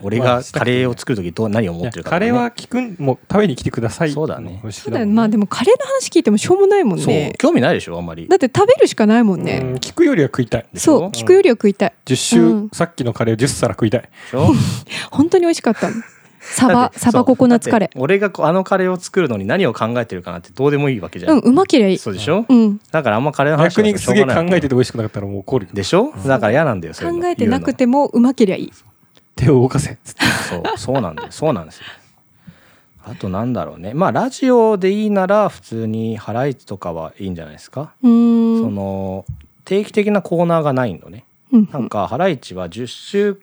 Speaker 2: 俺
Speaker 3: ま
Speaker 2: が
Speaker 3: あした
Speaker 2: カ
Speaker 3: くてね
Speaker 2: レーを作る時どう何を思ってるかと
Speaker 3: カ
Speaker 2: かね、
Speaker 3: レーは聞くん、もう食べに来てください。
Speaker 2: そうだね
Speaker 3: 美味し
Speaker 1: そう
Speaker 3: く
Speaker 1: だ
Speaker 3: な
Speaker 1: よ
Speaker 3: る
Speaker 1: ねまあでもカレーの話聞いてもしょうもないもんね
Speaker 2: そう興味ないでしょあんまり
Speaker 1: だって食べるしかないもん
Speaker 3: う
Speaker 1: ね
Speaker 3: ん聞くよりは食いたい。
Speaker 2: でし
Speaker 1: そう
Speaker 2: ょ
Speaker 1: 聞くよりは食いたい
Speaker 3: 10週、
Speaker 1: うん
Speaker 3: さっきのカレーを10皿食いたい。
Speaker 2: でしょ
Speaker 1: 本当に美味しかったのサ
Speaker 2: だっ
Speaker 1: バ
Speaker 2: て
Speaker 1: サ
Speaker 2: そ
Speaker 1: バ
Speaker 2: う
Speaker 1: ココナッツカレ
Speaker 2: だって俺がこうあのカレーを作るのに何を考えてるかなってどうでもいいわけじ
Speaker 1: ー
Speaker 2: ゃ
Speaker 1: うん
Speaker 2: ん、
Speaker 1: うまけりゃいい
Speaker 2: そうでしょ、
Speaker 1: うん
Speaker 2: だからあんまカレーの話
Speaker 3: 逆
Speaker 2: は
Speaker 3: にすげえ考えてて
Speaker 2: る
Speaker 3: 美味しくなかったらもう怒るよ。
Speaker 2: でしょだから嫌なんだよそういうの
Speaker 1: 考えてなくて
Speaker 2: 言
Speaker 1: もうまけりゃいい
Speaker 3: 手を動かせ。つって
Speaker 2: うのそうそうなんだよそうなんですよあとなんだろうねまあラジオでいいなら普通にハライチとかはいいんじゃないですか、
Speaker 1: うー
Speaker 2: そ
Speaker 1: ん
Speaker 2: の定期的なコーナーがないのね。
Speaker 1: うん
Speaker 2: なんかハライチは10週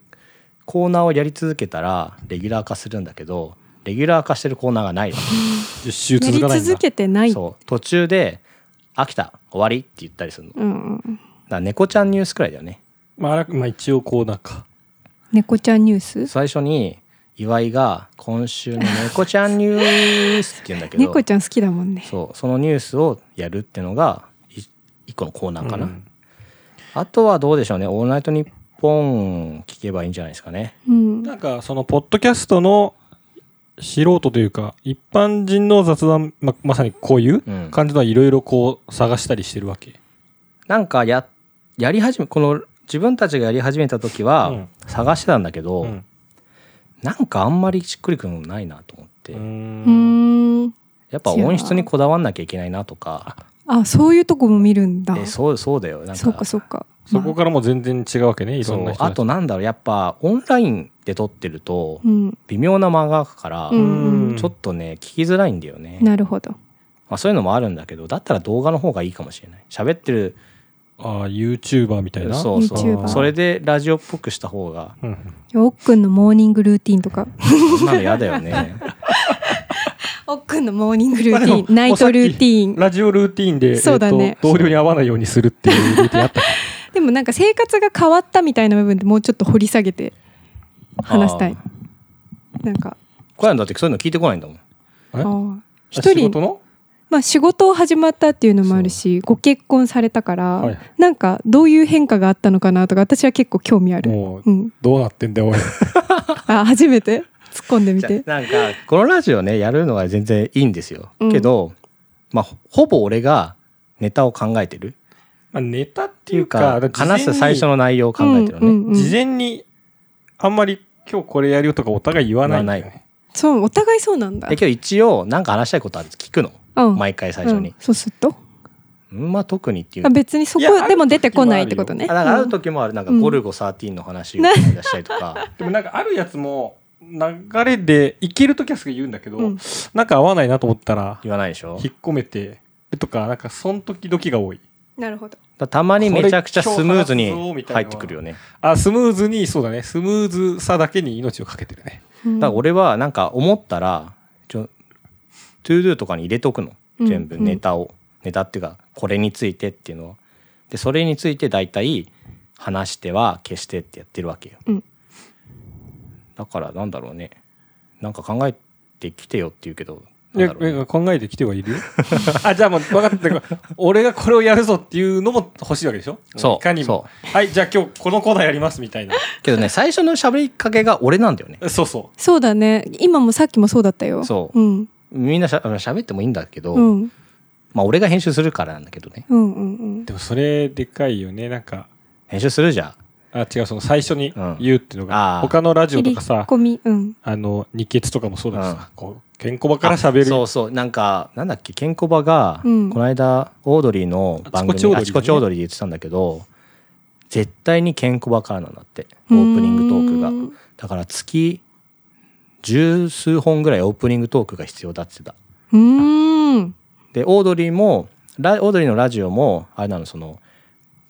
Speaker 2: コーナーをやり続けたらレギュラー化するんだけどレギュラー化してるコーナーがないわ
Speaker 3: 10週
Speaker 1: や
Speaker 3: 続かない
Speaker 1: り
Speaker 3: んだ
Speaker 1: 続けてない。う
Speaker 2: そう途中で「飽きた終わり」って言ったりするのだか
Speaker 1: んうん。
Speaker 2: ら猫ちゃんニュースくらいだよね
Speaker 3: まああら、まあ一応コーナーか
Speaker 1: 猫ちゃんニュース。
Speaker 2: 最初に岩井が「今週の猫ちゃんニュース」って言うんだけど
Speaker 1: 猫ちゃん好きだもんね。
Speaker 2: そうそのニュースをやるってのがい一個のコーナーかな、
Speaker 3: うん
Speaker 2: あとはどうでしょうね「オールナイトニッポン」聞けばいいんじゃないですかね
Speaker 1: うん。
Speaker 3: なんかそのポッドキャストの素人というか一般人の雑談ままさにこういう
Speaker 2: うん
Speaker 3: 感じのはいろいろこう探したりしてるわけ、
Speaker 2: なんかややり始めこの自分たちがやり始めた時
Speaker 3: う
Speaker 2: は
Speaker 3: ん
Speaker 2: 探してたんだけど、
Speaker 3: うん
Speaker 2: なんかあんまりしっくりくるのないなと思って、
Speaker 3: う
Speaker 1: うー
Speaker 3: ん
Speaker 1: ん。
Speaker 2: やっぱ音質にこだわんなきゃいけないなとか
Speaker 1: あ、そういうとこも見るんだ。
Speaker 2: えそうそうだよなんか
Speaker 1: そうかそうか。
Speaker 3: そこからもう全然違うわけねい
Speaker 2: そ
Speaker 3: ろんな
Speaker 2: う
Speaker 3: 人
Speaker 2: あ
Speaker 3: たち
Speaker 2: となんだろうやっぱオンラインで撮ってると
Speaker 1: まあうん。
Speaker 2: 微妙な間が空くから、
Speaker 1: う
Speaker 3: うん
Speaker 2: ちょっとね聞きづらいんだよね、
Speaker 1: なるほど。
Speaker 2: まあ、そういうのもあるんだけどだったら動画の方がいいかもしれない喋ってる
Speaker 3: ああ YouTuber みたいな
Speaker 2: そうそう
Speaker 1: YouTuber
Speaker 2: それでラジオっぽくした方が
Speaker 3: うん
Speaker 1: おっくんのモーニングルーティンと か。
Speaker 2: そんなの嫌だよね
Speaker 1: おっくんのモーニングル
Speaker 3: まあ
Speaker 1: ー
Speaker 3: で
Speaker 1: テ
Speaker 3: も
Speaker 1: ィン、ナイトルーティーン。
Speaker 3: ラジオルーティーンで、
Speaker 1: そうだね
Speaker 3: えっと同僚に会わないようにするっていうルーティンあった っ
Speaker 1: でもなんか生活が変わったみたいな部分でもうちょっと掘り下げて 話したい
Speaker 2: あ。
Speaker 1: なんか、
Speaker 2: 小山だってそういうの聞いてこないんだもん
Speaker 3: け
Speaker 1: あ
Speaker 3: え
Speaker 1: ー
Speaker 3: あ
Speaker 1: 一
Speaker 3: 仕
Speaker 1: 人
Speaker 3: 事の
Speaker 1: まあ、仕事を始まったっていうのもあるしご結婚されたから、
Speaker 3: はい
Speaker 1: なんかどういう変化があったのかなとか私は結構興味ある、
Speaker 3: もう
Speaker 1: うん、
Speaker 3: どうなってんだよおい
Speaker 1: あ初めて突っ込んでみて
Speaker 2: じゃあなんかこのラジオねやるのは全然いいんですよ、
Speaker 1: うん
Speaker 2: けど、まあ、ほほぼ俺がネタを考えてるっ
Speaker 3: まあネタって
Speaker 2: てい
Speaker 3: いう
Speaker 2: う
Speaker 3: か
Speaker 2: か
Speaker 3: だか
Speaker 2: 話
Speaker 3: ら事前
Speaker 2: す
Speaker 3: に
Speaker 2: 最初の内容を考えてる
Speaker 1: うんう
Speaker 2: のね、
Speaker 1: んうん
Speaker 3: 事前にあんまり今日これやるよとかお互い言わないんだよね
Speaker 1: そうお互いそうなんだ
Speaker 2: で、今日一応なんか話したいことあるって聞くの
Speaker 1: うん、
Speaker 2: 毎回最初
Speaker 1: う
Speaker 2: に
Speaker 1: ん、そうすると
Speaker 2: うんまあ特にっていう
Speaker 1: あ別にそ
Speaker 3: いや
Speaker 1: こでも出てこないってことね
Speaker 2: あなんかある
Speaker 1: うん
Speaker 2: 時もあるなんか「ゴルゴ13」の話を思い出したり とか、
Speaker 3: でもなんかあるやつも流れでいけるときはすぐ言うんだけど、
Speaker 1: うん
Speaker 3: なんか合わないなと思ったら
Speaker 2: 言わないでし ょ
Speaker 3: 引っ込めてとかなんかその時々が多い
Speaker 1: なるほど
Speaker 2: だたまにめちゃくちゃスムーズに入ってくるよね
Speaker 3: あスムーズにそうだねスムーズさだけに命をかけてるね
Speaker 1: うん
Speaker 2: だから俺はなんか思ったらちょ「トゥードゥ」とかに入れとくの
Speaker 1: うん
Speaker 2: 全部ネタを、ネタっていうかこれについてっていうのはでそれについて大体話しては消してってやってるわけよ、
Speaker 1: うん
Speaker 2: だからなんだろうねなんか考えてきてよって言うけど
Speaker 3: い
Speaker 2: なん
Speaker 3: や
Speaker 2: だろうね
Speaker 3: 考えてきてはいるよ あじゃあもう分かった俺がこれをやるぞっていうのも欲しいわけでしょ
Speaker 2: そう
Speaker 3: かにも
Speaker 2: そ
Speaker 3: はいじゃあ今日このコーナーやりますみたいな
Speaker 2: けどね最初の喋りかけが俺なんだよね
Speaker 3: そうそ
Speaker 1: そうだね今もさっきもそうだったよ
Speaker 2: そう
Speaker 1: うん
Speaker 2: みんなしゃ喋ってもいいんだけど、
Speaker 1: うんうん
Speaker 2: まあ俺が編集するからなんだけどね
Speaker 1: うんうん
Speaker 3: うでもそれでかいよねなんか
Speaker 2: 編集するじゃん
Speaker 3: あ違うその最初に
Speaker 2: うん
Speaker 3: 言うっていうのが、
Speaker 2: あー
Speaker 3: 他のラジオ
Speaker 1: 切
Speaker 3: と
Speaker 1: り
Speaker 3: かさ
Speaker 1: 込みうん
Speaker 3: あの二血とかもそうだしさ、こう健康場から喋
Speaker 2: そ
Speaker 3: る
Speaker 2: うそうなんかなんだっけケンコバが、
Speaker 1: うん
Speaker 2: この間オードリーの番組
Speaker 3: あちこちオードリーね
Speaker 2: あちこちオードリーで言ってたんだけど絶対にケンコバからなんだってオープニングト
Speaker 1: う
Speaker 2: ーク
Speaker 1: ん
Speaker 2: がだから月十数本ぐらいオープニングトークが必要だって言ってた
Speaker 1: うーん
Speaker 2: でオードリーもラオードリーのラジオもあれなのその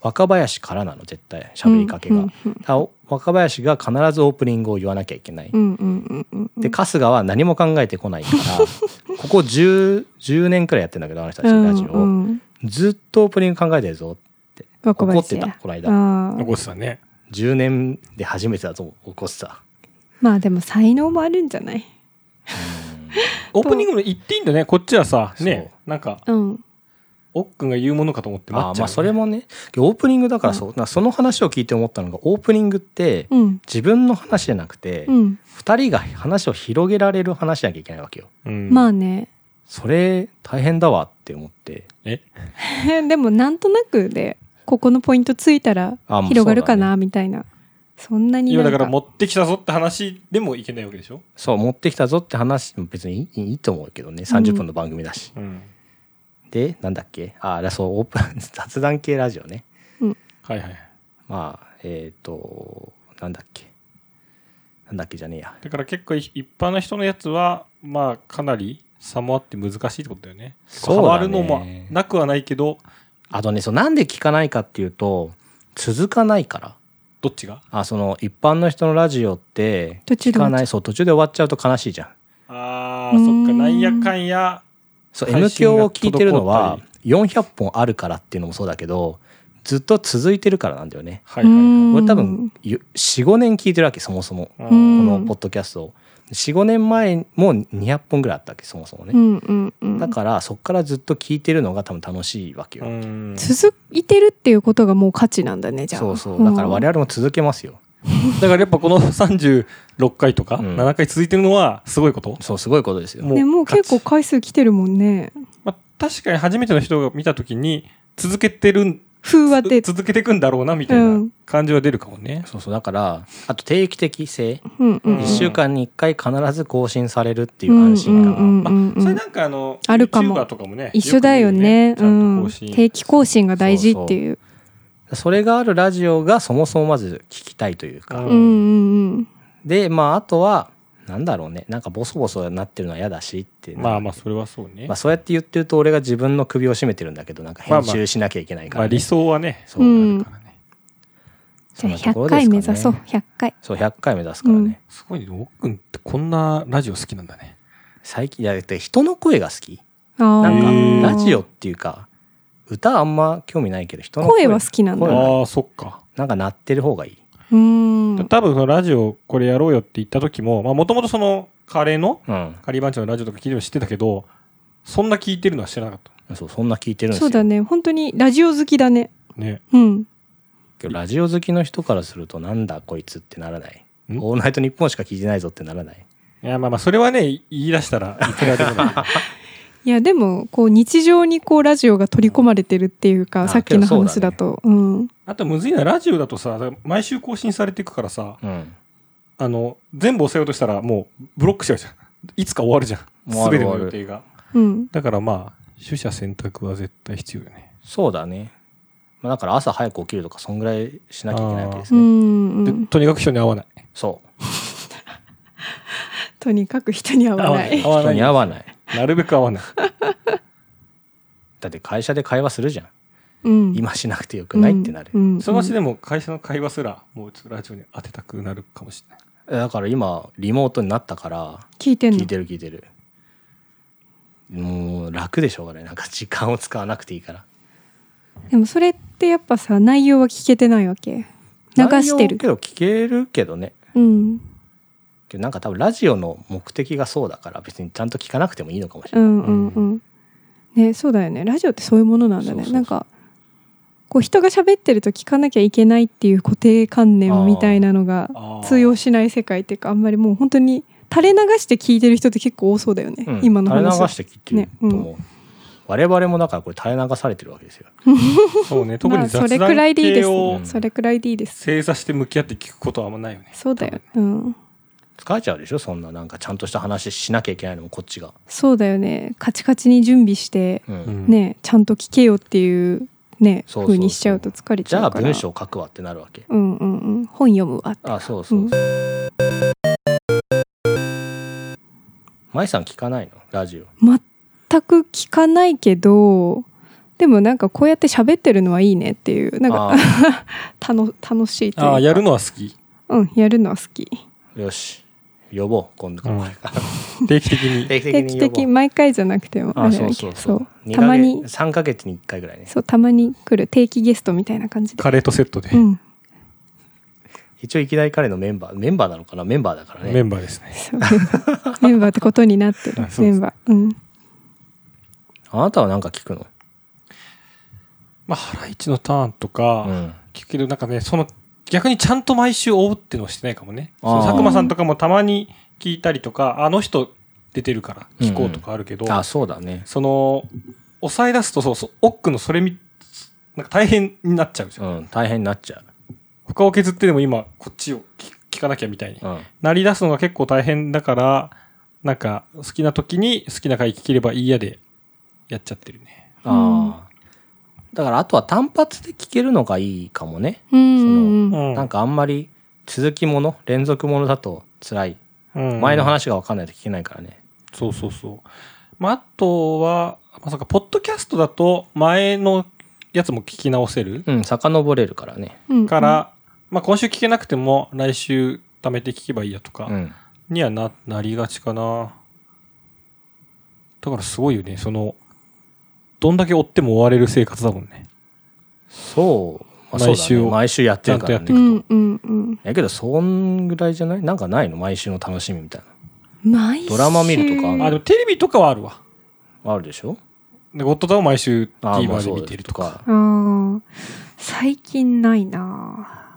Speaker 2: 若林からなの絶対喋りかけが、
Speaker 1: うんうんうん
Speaker 2: だからお若林が必ずオープニングを言わなきゃいけない、
Speaker 1: うんうんうんうんうん
Speaker 2: で春日は何も考えてこないからここ 10, 10年くらいやってんだけどあの人たちのラジオ、
Speaker 1: うんうん
Speaker 2: ずっとオープニング考えてるぞ
Speaker 1: 若林
Speaker 2: 怒ってたこの間
Speaker 1: あー
Speaker 3: 残ってたね
Speaker 2: 10年で初めてだと怒ってた
Speaker 1: まあでも才能もあるんじゃない
Speaker 3: オープニングも言っていいんだねこっちはさ
Speaker 2: そう
Speaker 3: ねなんか
Speaker 1: うん
Speaker 3: おっくんが言うものかと思って待っちゃう、
Speaker 2: あーまあそれもねオープニングだからそう、なその話を聞いて思ったのがオープニングって
Speaker 1: うん
Speaker 2: 自分の話じゃなくて、
Speaker 1: うん
Speaker 2: 2人が話を広げられる話しなきゃいけないわけよ
Speaker 3: うん、
Speaker 1: まあね
Speaker 2: それ大変だわって思って
Speaker 3: え
Speaker 1: でもなんとなくでここのポイントついたら
Speaker 2: あもう
Speaker 1: 広がるか
Speaker 2: そうだ
Speaker 1: なみたいなそんなに
Speaker 3: 今
Speaker 1: なん
Speaker 3: だから持ってきたぞって話でもいけないわけでしょ、
Speaker 2: そう持ってきたぞって話も別にいいいいと思うけどね30分の番組だし、
Speaker 3: うん、
Speaker 2: でなんだっけああそうオープン 雑談系ラジオね
Speaker 3: はいはい
Speaker 2: まあえっ、となんだっけなんだっけじゃねえや
Speaker 3: だから結構い一般の人のやつはまあかなり差もあって難しいってことだよね
Speaker 2: そうだね
Speaker 3: ハマるのもなくはないけど
Speaker 2: あとねそうなんで聞かないかっていうと続かないから
Speaker 3: どっちが
Speaker 2: あその一般の人のラジオって
Speaker 1: 途中
Speaker 2: 聞
Speaker 1: で終わ
Speaker 2: か
Speaker 1: っちゃう
Speaker 2: ないそう途中で終わっちゃうと悲しいじゃん
Speaker 3: あ
Speaker 1: う
Speaker 3: ー
Speaker 1: ー
Speaker 3: そ
Speaker 1: ん
Speaker 3: っかなんやかんや
Speaker 2: そう
Speaker 3: 配
Speaker 2: M
Speaker 3: 信が
Speaker 2: 響を聞いてるの
Speaker 3: 滞
Speaker 2: は
Speaker 3: った
Speaker 2: 400本あるからっていうのもそうだけどずっと続いてるからなんだよね
Speaker 3: はいはいは
Speaker 2: こ
Speaker 3: い
Speaker 2: れ多
Speaker 1: うん
Speaker 2: 分45年聞いてるわけそもそも
Speaker 3: あ
Speaker 1: う
Speaker 3: ー
Speaker 2: こ
Speaker 1: ん
Speaker 2: のポッドキャストを45年前も200本ぐらいあったわけそもそも
Speaker 1: う
Speaker 2: ね
Speaker 1: んうんうん
Speaker 2: だからそっからずっと聞いてるのが多分楽しいわけ
Speaker 3: う
Speaker 2: よ
Speaker 3: ん
Speaker 1: 続いてるっていうことがもう価値なんだねじゃあ
Speaker 2: そうそうだから我
Speaker 1: 々
Speaker 2: 々も続けますよ
Speaker 3: だからやっぱこの36回とか
Speaker 2: うん
Speaker 3: 7回続いてるのはすごいこと、
Speaker 2: そうすごいことですよ
Speaker 3: もう
Speaker 1: ねもう結構回数来てるもんね
Speaker 3: まあ、確かに初めての人が見た時に続けてるん
Speaker 1: 風はで
Speaker 3: 続けていくんだろうなみたいうなん感じは出るかもね、
Speaker 2: そうそうだからあと定期的性
Speaker 1: うんうん
Speaker 3: うん
Speaker 2: 1週間に1回必ず更新されるっていう安心
Speaker 1: うんうん
Speaker 2: 感
Speaker 1: うんうん
Speaker 3: まあ、それなんかあの
Speaker 1: あるかも
Speaker 3: YouTuber とかもね
Speaker 1: 一緒だよね
Speaker 3: よく見る
Speaker 1: うん、
Speaker 3: ちゃんと更新
Speaker 1: 定期更新が大事っていう
Speaker 2: それがあるラジオがそもそもまず聞きたいというか
Speaker 3: う
Speaker 1: う
Speaker 3: そ
Speaker 1: んうんうん
Speaker 2: でまああとはなんだろうねなんかボソボソなってるのは嫌だしって
Speaker 3: まあまあそれはそうね、
Speaker 2: まあ
Speaker 3: ま
Speaker 2: そうやって言ってると俺が自分の首を絞めてるんだけどなんか
Speaker 3: まあ
Speaker 2: 編
Speaker 3: まあ
Speaker 2: 集しなきゃいけない
Speaker 3: あ、
Speaker 2: からね、
Speaker 3: 理想はね
Speaker 2: そう
Speaker 1: うん
Speaker 3: だからね
Speaker 1: じ
Speaker 2: そ
Speaker 1: ゃ
Speaker 2: ん
Speaker 1: あ
Speaker 2: なとこ
Speaker 1: 100
Speaker 2: ろです
Speaker 1: 回
Speaker 2: か
Speaker 1: 目
Speaker 2: ね
Speaker 1: 指そう100回
Speaker 2: そう100回目指すからね、
Speaker 1: うん
Speaker 3: すごいね奥君ってこんなラジオ好きなんだね
Speaker 2: 最近いやだって人の声が好き
Speaker 1: な
Speaker 2: なん
Speaker 3: へー
Speaker 2: かラジオっていうか歌あんま興味ないけど人の
Speaker 1: 声は好きなんだ
Speaker 2: 声
Speaker 3: ああそっか
Speaker 2: なんか鳴ってる方がいい
Speaker 1: うん
Speaker 3: 多分そのラジオこれやろうよって言った時ももともとそのカレーの
Speaker 2: うん
Speaker 3: カリー番長のラジオとか聞いてるの知ってたけどそんな聞いてるのは知らなかった
Speaker 2: そうそんな聞いてるんです
Speaker 1: そ
Speaker 2: よ
Speaker 1: うだね本当にラジオ好きだね
Speaker 3: ね
Speaker 1: うん
Speaker 2: けどラジオ好きの人からするとなんだこいつってならない
Speaker 3: ん
Speaker 2: オールナイトニッポンしか聞いてないぞってならない
Speaker 3: いやまあまあそれはね言い出したらいくらでもだけ
Speaker 1: いやでもこう日常にこうラジオが取り込まれてるっていうか
Speaker 2: あ
Speaker 1: さっきの
Speaker 2: けど
Speaker 1: 話
Speaker 2: そうだ
Speaker 1: だ
Speaker 2: ね
Speaker 1: とうん
Speaker 3: どあとむずいのはラジオだとさ毎週更新されていくからさ
Speaker 2: うん
Speaker 3: あの全部押せようとしたらもうブロックしちゃうじゃんいつか終わるじゃん
Speaker 2: 終わる
Speaker 3: 全ての予定が
Speaker 1: うん
Speaker 3: だからまあ取捨選択は絶対必要よね
Speaker 2: そうだね、まあ、だから朝早く起きるとかそんぐらいしなきゃいけないわけです
Speaker 1: う
Speaker 2: ね、
Speaker 1: んう
Speaker 3: で
Speaker 1: ん
Speaker 3: とにかく人に合わない
Speaker 2: そう
Speaker 1: とにかく人に合わない
Speaker 3: 合わな
Speaker 2: 人
Speaker 3: い
Speaker 2: に合わない
Speaker 3: なるべく合 わない
Speaker 2: だって会社で会話するじゃん
Speaker 1: うん
Speaker 2: 今しなくてよくないってなる、
Speaker 1: うんうん
Speaker 3: そのうちでも会社の会話すらもうちょっとラジオに当てたくなるかもしれない
Speaker 2: だから今リモートになったから
Speaker 1: 聞いてん
Speaker 2: 聞
Speaker 1: の
Speaker 2: いてる聞いてるもう楽でしょうがないなんか時間を使わなくていいから
Speaker 1: でもそれってやっぱさ内容は聞けてないわけ流してる
Speaker 2: 内容けど聞けるけどね
Speaker 1: うん
Speaker 2: けどなんか多分ラジオの目的がそうだから別にちゃんと聞かなくてもいいのかもしれ
Speaker 1: う
Speaker 2: ない、
Speaker 1: んうんうんねそうだよねラジオってそういうものなんだね
Speaker 2: そうそうそう
Speaker 1: なんかこう人が喋ってると聞かなきゃいけないっていう固定観念みたいなのが
Speaker 3: あー
Speaker 1: 通用しない世界っていうかあんまりもう本当に垂れ流して聞いてる人って結構多そうだよね、
Speaker 2: うん
Speaker 1: 今の
Speaker 2: 垂れ流
Speaker 1: 話
Speaker 2: して聞いてると思う、我々もだからこれ垂れ流されてるわけですよ
Speaker 3: そうね特
Speaker 1: ま
Speaker 3: に
Speaker 1: あ
Speaker 3: 雑
Speaker 1: それくら
Speaker 3: 談
Speaker 1: いでいいで
Speaker 3: 系
Speaker 1: す
Speaker 3: を
Speaker 1: それくらいでいいです
Speaker 3: 正座して向き合って聞くことはあんまないよね
Speaker 1: そうだようん
Speaker 2: 疲れちゃうでしょそんななんかちゃんとした話しなきゃいけないのもこっちが、
Speaker 1: そうだよねカチカチに準備して
Speaker 2: うん
Speaker 3: うん
Speaker 1: ねちゃんと聞けよっていうね
Speaker 2: そうそうそう
Speaker 1: 風にしちゃうと疲れち
Speaker 2: じ
Speaker 1: ゃ
Speaker 2: ゃあ
Speaker 1: うから
Speaker 2: 文章書くわってなるわけ
Speaker 1: うんうんうん本読むわ
Speaker 2: あそうそうそう、舞さん聞かないのラジオ
Speaker 1: 全く聞かないけどでもなんかこうやって喋ってるのはいいねっていうなんか
Speaker 2: あ
Speaker 1: たの楽しいというか
Speaker 3: ああやるのは好き
Speaker 1: うんやるのは好き
Speaker 2: ーよし呼ぼう今度から、
Speaker 3: うん定期的に
Speaker 2: 定期
Speaker 1: 定期的
Speaker 2: 呼
Speaker 1: に
Speaker 2: ぼう
Speaker 1: 毎回じゃなくても
Speaker 2: あ
Speaker 1: あれだ
Speaker 2: そ
Speaker 1: け
Speaker 2: う
Speaker 1: ど
Speaker 2: そうそう
Speaker 1: たまに
Speaker 2: 3ヶ月に1回ぐらいね
Speaker 1: そうたまに来る定期ゲストみたいな感じで
Speaker 3: カレーとセットで
Speaker 1: うん
Speaker 2: 一応いきなり彼のメンバーメンバーなのかなメンバーだからね
Speaker 3: メンバーですね
Speaker 1: そう メンバーってことになってる
Speaker 3: あそう
Speaker 1: メ
Speaker 3: です
Speaker 1: ンバーうん
Speaker 2: あなたは何か聞くの
Speaker 3: まあハライチのターンと
Speaker 2: う
Speaker 3: か
Speaker 2: ん
Speaker 3: 聞くけどなんかねその逆にちゃんと毎週追うっていうのをしてないかもね
Speaker 2: あー
Speaker 3: その佐久間さんとかもたまに聞いたりとかあの人出てるから聞こうとかあるけど
Speaker 2: あそうだね
Speaker 3: その抑え出すとそうそう奥のそれみなんか大変になっちゃうじゃん
Speaker 2: うん大変になっちゃ
Speaker 3: 他を削ってでも今こっちを聞聞かなきゃみたいに
Speaker 2: う、うん、
Speaker 3: なり出すのが結構大変だからなんか好きな時に好きな回聞ければいいやでやっちゃってるね
Speaker 2: ああだからあとは単発で聞けるのがいいかもね、
Speaker 1: うんうんうん
Speaker 2: なんかあんまり続きもの連続ものだと辛い前
Speaker 3: 前
Speaker 2: の話が分かんないと聞けないからね
Speaker 3: そうそうそうまああとはまあそうかポッドキャストだと前のやつも聞き直せる
Speaker 2: うん、遡れるからね。
Speaker 1: うん
Speaker 3: から、まあ今週聞けなくても来週貯めて聞けばいいやとか
Speaker 2: うん。
Speaker 3: にはななりがちかな。だからすごいよね。その、どんだけ追っても追われる生活だもんね。
Speaker 2: そう。まあ、そう
Speaker 3: 毎
Speaker 2: だ
Speaker 3: 週
Speaker 2: ね。毎週やってるから
Speaker 3: ちゃんと
Speaker 1: う
Speaker 3: や
Speaker 2: ね。
Speaker 3: っ
Speaker 1: んうんうん
Speaker 2: やけど、そんぐらいじゃないなんかないの毎週の楽しみみたい
Speaker 1: 毎週
Speaker 2: ドラマ見るとかあんの
Speaker 3: あ、でもテレビとかはあるわ。
Speaker 2: な。あるでしょ
Speaker 3: でゴッドタウンを毎週
Speaker 2: あーまあ
Speaker 3: TVer で
Speaker 2: そう
Speaker 3: 見てるとか。
Speaker 1: あー最近ないな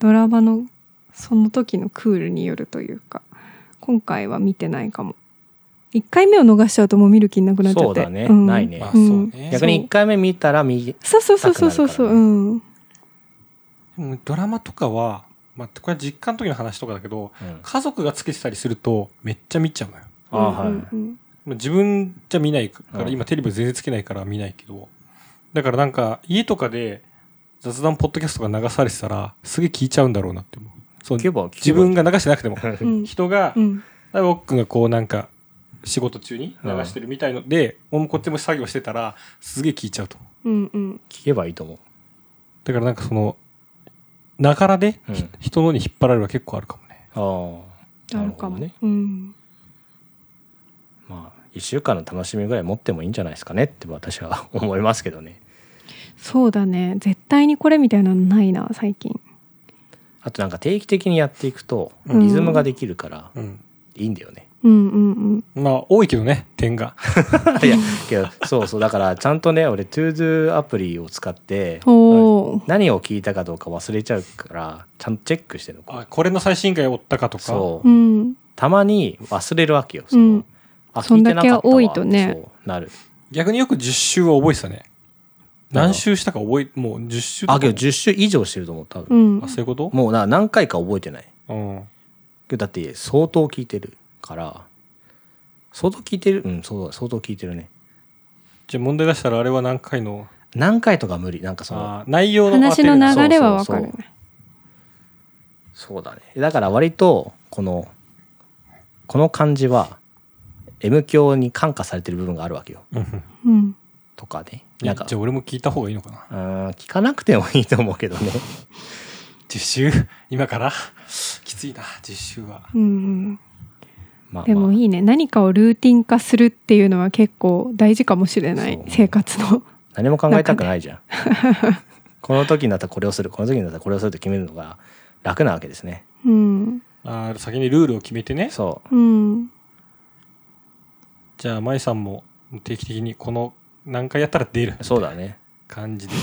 Speaker 1: ドラマのその時のクールによるというか今回は見てないかも1回目を逃しちゃうともう見る気なくなっちゃって
Speaker 2: そうだね
Speaker 1: ん
Speaker 2: ないね
Speaker 3: まあそう
Speaker 1: う
Speaker 3: ね。
Speaker 2: 逆に1回目見たら右。
Speaker 1: そうそうそうそうそうそう、
Speaker 2: なくなるからね
Speaker 1: うん
Speaker 3: うんドラマとかは、まあ、これは実家の時の話とかだけど、
Speaker 2: うん
Speaker 3: 家族がつけてたりすると、めっちゃ見ちゃうのよ。
Speaker 2: あーはい。
Speaker 1: うんうん
Speaker 3: まあ自分じゃ見ないか
Speaker 2: う
Speaker 3: ら、
Speaker 2: ん
Speaker 3: 今テレビ全然つけないから見ないけど、だからなんか、家とかで雑談ポッドキャストが流されてたら、すげえ聞いちゃうんだろうなって思う。そう
Speaker 2: 聞けば聞けば
Speaker 3: 自分が流してなくても。
Speaker 1: うんうん
Speaker 3: 人が
Speaker 1: う、ん
Speaker 3: 大悟くんがこうなんか、仕事中に流してるみたいので、俺もこっちも作業してたら、すげえ聞いちゃうと思う。
Speaker 1: うんうん
Speaker 2: 聞けばいいと思う。
Speaker 3: だからなんかその、ながらで、
Speaker 2: うん
Speaker 3: ひ人のに引っ張られるは結構あるかもね。
Speaker 2: ああ。
Speaker 1: あるかも
Speaker 2: なほどね。
Speaker 1: うん
Speaker 2: まあ、1週間の楽しみぐらい持ってもいいんじゃないですかねって私は 思いますけどね。
Speaker 1: そうだね絶対にこれみたいなのないな最近
Speaker 2: あとなんか定期的にやっていくと、
Speaker 3: うん
Speaker 2: リズムができるから、
Speaker 3: うん。
Speaker 2: いいんだよ ね。
Speaker 1: うんうんうん
Speaker 3: まあ、多いけどね、点が。
Speaker 2: いや、けど、そうそう。だから、ちゃんとね、俺、トゥードゥアプリを使って、
Speaker 1: おー
Speaker 2: 何を聞いたかどうか忘れちゃうから、ちゃんとチェックしてるの。こう
Speaker 3: あ、これの最新回追ったかとか。
Speaker 2: そうう。
Speaker 1: ん
Speaker 2: たまに忘れるわけよ。そ
Speaker 1: うん
Speaker 2: のあ
Speaker 1: そんだけ
Speaker 2: 聞いてなかったわ
Speaker 1: 多いとね
Speaker 2: そうなる。
Speaker 3: 逆によく10週は覚えてたね。
Speaker 2: なんか
Speaker 3: 何週したか覚え、もう10週とか
Speaker 2: あ、けど10週以上してると思う、多
Speaker 1: う
Speaker 2: 分。
Speaker 1: ん
Speaker 3: あ、そういうこと
Speaker 2: もうな、何回か覚えてない。
Speaker 3: うん。
Speaker 2: けどだって、相当聞いてるから、相当聞いてるうん、そうだ、相当聞いてるね。
Speaker 3: じゃあ問題出したらあれは何回の、
Speaker 2: 何回とか無理。なんかその、
Speaker 3: あー内容の
Speaker 1: 話の
Speaker 3: な
Speaker 1: 流れはわかる
Speaker 2: そう
Speaker 1: ね
Speaker 2: そうだね。だから割と、この、この感じは、M 教に感化されてる部分があるわけよ。
Speaker 1: うん
Speaker 2: とかね。
Speaker 3: じ
Speaker 2: なん
Speaker 3: ゃ
Speaker 2: か、
Speaker 3: あ俺も聞いた方がいいのかな。
Speaker 2: うーん聞かなくてもいいと思うけどね。
Speaker 3: 10週 今からきついな、10週は。
Speaker 1: うんうん
Speaker 2: まあ
Speaker 1: でも
Speaker 2: まあ。
Speaker 1: いいね何かをルーティン化するっていうのは結構大事かもしれない
Speaker 2: そう
Speaker 1: 生活の
Speaker 2: 何も考えたくないじゃん。この時になったらこれをする、この時になったらこれをすると決めるのが楽なわけですね。
Speaker 1: うん
Speaker 3: あー先にルールを決めてね。
Speaker 2: そ
Speaker 1: うん
Speaker 3: じゃあ、舞さんも定期的にこの何回やったら出る
Speaker 2: う。そうだね。
Speaker 3: 感じで。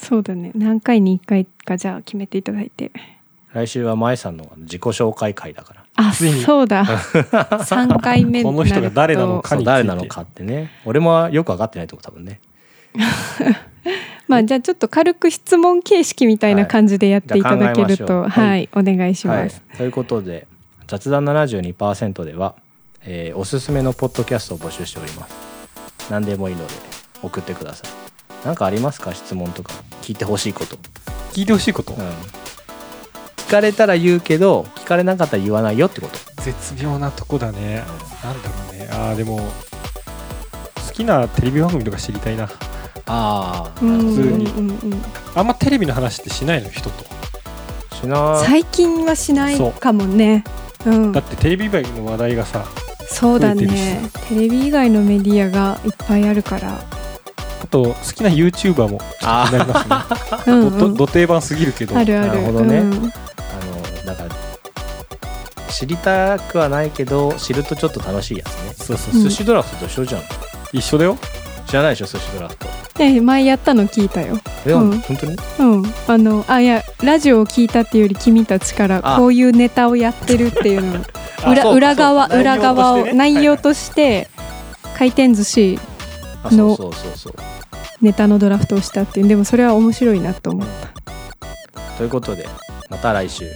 Speaker 1: そうだね何回に1回かじゃあ決めていただいて
Speaker 2: 来週は舞さんの自己紹介会だから。
Speaker 1: あ
Speaker 3: ついに
Speaker 1: そうだ3回目になると
Speaker 3: この人が誰なのか
Speaker 2: そう
Speaker 3: について
Speaker 2: 誰なのかってね。俺もよく分かってないと思う、多分ね。
Speaker 1: まあじゃあちょっと軽く質問形式みたいな感じでやっていただけると、
Speaker 2: は
Speaker 1: はいい、
Speaker 2: じゃあ考
Speaker 1: お願いします。
Speaker 2: はい、ということで雑談72%では、えーおすすめのポッドキャストを募集しております何でもいいので送ってください何かありますか質問とか聞いてほしいこと、
Speaker 3: 聞いてほしいこと
Speaker 2: うん。聞かれたら言うけど聞かれなかったら言わないよってこと
Speaker 3: 絶妙なとこだね。なんだろうね。ああ、でも、好きなテレビ番組とか知りたいな。
Speaker 2: ああ、
Speaker 1: うん
Speaker 2: なるほ
Speaker 3: 通に
Speaker 1: うんうんうん
Speaker 3: あんまテレビの話ってしないの人と
Speaker 2: どしない
Speaker 1: 最近はしない
Speaker 3: そう
Speaker 1: かもね。うん
Speaker 3: だ、ってテレビ以外の話題がさ
Speaker 1: そうだ
Speaker 3: 増えて
Speaker 1: ね
Speaker 3: る
Speaker 1: テレビ以外のメディアがいっぱいあるから、
Speaker 3: あと好きな YouTuber も気
Speaker 2: あ
Speaker 3: になりますね
Speaker 1: うんう
Speaker 3: ど
Speaker 1: ん
Speaker 3: ど定番すぎるけど
Speaker 1: あるある
Speaker 2: なるほどね
Speaker 1: うん
Speaker 2: あのだから知りたくはないけど知るとちょっと楽しいやつね
Speaker 3: そうそう
Speaker 1: うん
Speaker 2: 寿司ドラフトと一緒じゃん
Speaker 3: 一緒だよ
Speaker 2: 知らないでしょ寿司ドラフト
Speaker 1: ね前やったの聞いたよ。
Speaker 2: え、
Speaker 1: うん
Speaker 2: 本当に
Speaker 1: うん、あのあいやラジオを聞いたっていうより君たちから
Speaker 2: あ
Speaker 1: こういうネタをやってるっていうのを
Speaker 3: あ
Speaker 1: 裏
Speaker 3: そうか
Speaker 1: 裏側
Speaker 3: そうか
Speaker 1: 裏側を内容
Speaker 3: と
Speaker 1: として回転寿司
Speaker 2: あそうそうそうそう
Speaker 1: ネタのドラフトをしたっていうでもそれは面白いなと思う
Speaker 2: ということでまた来週